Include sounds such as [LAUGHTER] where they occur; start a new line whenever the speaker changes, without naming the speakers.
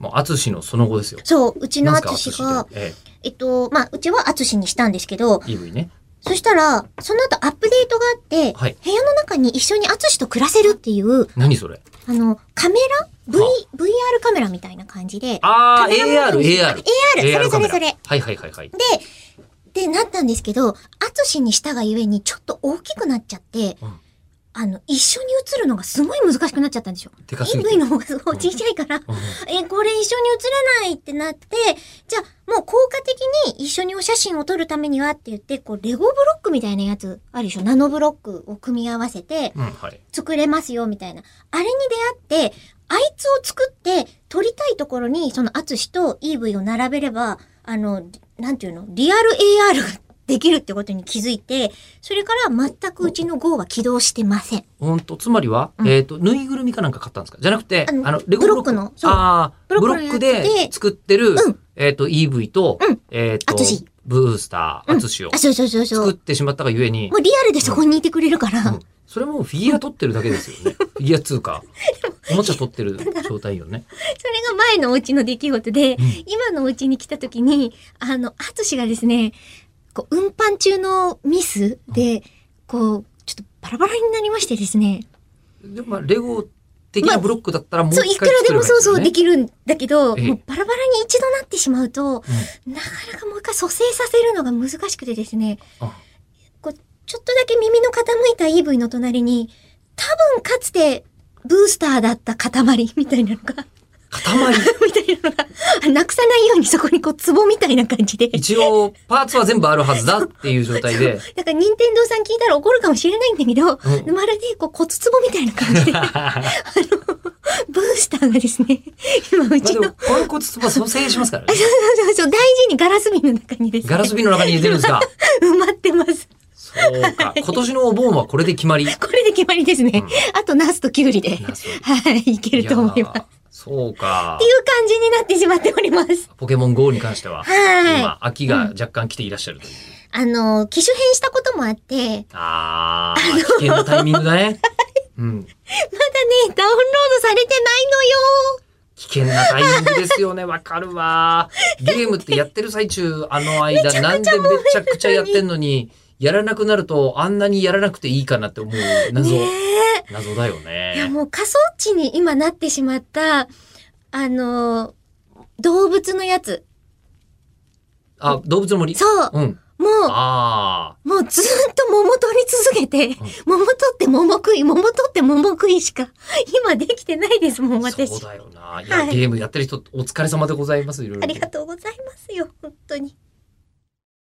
の淳のその後ですよ。
そう、うちの
なんすか
淳が
淳っ、てえ
えっと、まあ、うちは淳にしたんですけど、
え、EV ね。
そしたら、その後アップデートがあって、
はい
部屋の中に一緒に淳と暮らせるっていう、
何それ
あの、カメラ ?V
は、
VR カメラみたいな感じで、
あ
カ
ー、
メラ
AR、
モードに
AR。
AR それ
カ
そ
メラ
れそれ。
はいはいはいはい。
で、なったんですけど、淳にしたがゆえにちょっと大きくなっちゃって、
うん
あの、一緒に映るのがすごい難しくなっちゃったんですよ。
でかすぎて
AV。の方がすごい小さいから、
うん
え、これ一緒に写れないってなって、じゃあもう効果的に一緒にお写真を撮るためにはって言って、こう、レゴブロックみたいなやつあるでしょナノブロックを組み合わせて
うん、はい。
作れますよみたいな。あれに出会って、あいつを作って撮りたいところにそのアツシと EV を並べれば、あの、なんていうのリアル AR ができるってことに気づいて、それから全くうちの GO は起動してません。
ほんと、つまりは、
うん
えっと、ぬいぐるみかなんか買ったんですかじゃなくて、
あの
あの、レゴブロック
ブロックのそう
あー、ブ
ブ
ロ
ロッ
ック
クのやつで
で作ってる
うん、
えっと、EV と
うん、
えっと
淳、
ブースター、
うん
淳を
あ、そうそうそうそ
作っ
う。
てしまったがゆえに
も、うリアルでそこにいてくれるから。
うんそれもフィギュア取ってるだけですよね。フィギュア通貨。おもちゃ取ってる状態よね。
それが前のお家の出来事で、
ん
今のお家に来た時に、あの、アツシがですね、こう、運搬中のミスで、こう、ちょっとバラバラになりましてですね。
でも、まあ、レゴ的なブロックだったらもう
そう、い
一
く
回
ら
作
で
ればいい
も
ん
そう
です
そ
よ
う
ね
で。きるんだけど、
ええ
もうバラバラに一度なってしまうと、なかなかもう一回蘇生させるのが難しくてですね、
あ
こう、ちょっとだけ耳の傾いた EV の隣に、多分かつて、ブースターだった塊みたいなのが、 [LAUGHS]
塊。
みたいなのが、なくさないようにそこにこう、壺みたいな感じで。
一応、パーツは全部あるはずだっていう状態
[LAUGHS]
で。
だから、任天堂さん聞いたら怒るかもしれないんだけど、
うん
まるで、 [LAUGHS] こう、骨壺みたいな
[LAUGHS]
感じで、
ま
ブースターがですね、今、う
あ
ち
でも、
の、
こういう骨は蘇生しますから
[LAUGHS]
ね。
そうそうそう、大事にガラス瓶の中にですね、
ガラス瓶の中に入れてるんですか。
埋まってます。
そう
[LAUGHS]
か。今年のお盆はこれで決まり。
これで決まりですね。
うん
あと、ナスとキュウリで、
ナスと
はい、いけると思います。っ
やーそうか
て。いう感じになってしまっております。
ポケモン GO に関しては、
はい
今、秋が若干来ていらっしゃるという。
あの、機種変したこともあって、
あー、危険なタイミングだ
[LAUGHS]
ね。うん。
まだね、ダウンロードされてないのよ
危険なタイミングです
[LAUGHS]
よね。わかるわ。ゲームってやってる最中、あの間、なんでめちゃくちゃやってんのに、やらなくなると、あんなにやらなくていいかなって思う謎、
ねえ。
謎だよ
いや
ね。
もう過疎地に今なってしまった、あのー動物のやつ。
あ、動物の森。
そう
うん。
も
あ
う、もうずーっと桃取り続けて、桃取って桃食い、桃取って桃食いしか、今できてないですもん、
あ、そう
私。
だよな。いや、
はい
ゲームやってる人、お疲れ様でございます。いろいろ
ありがとうございますよ、本当に。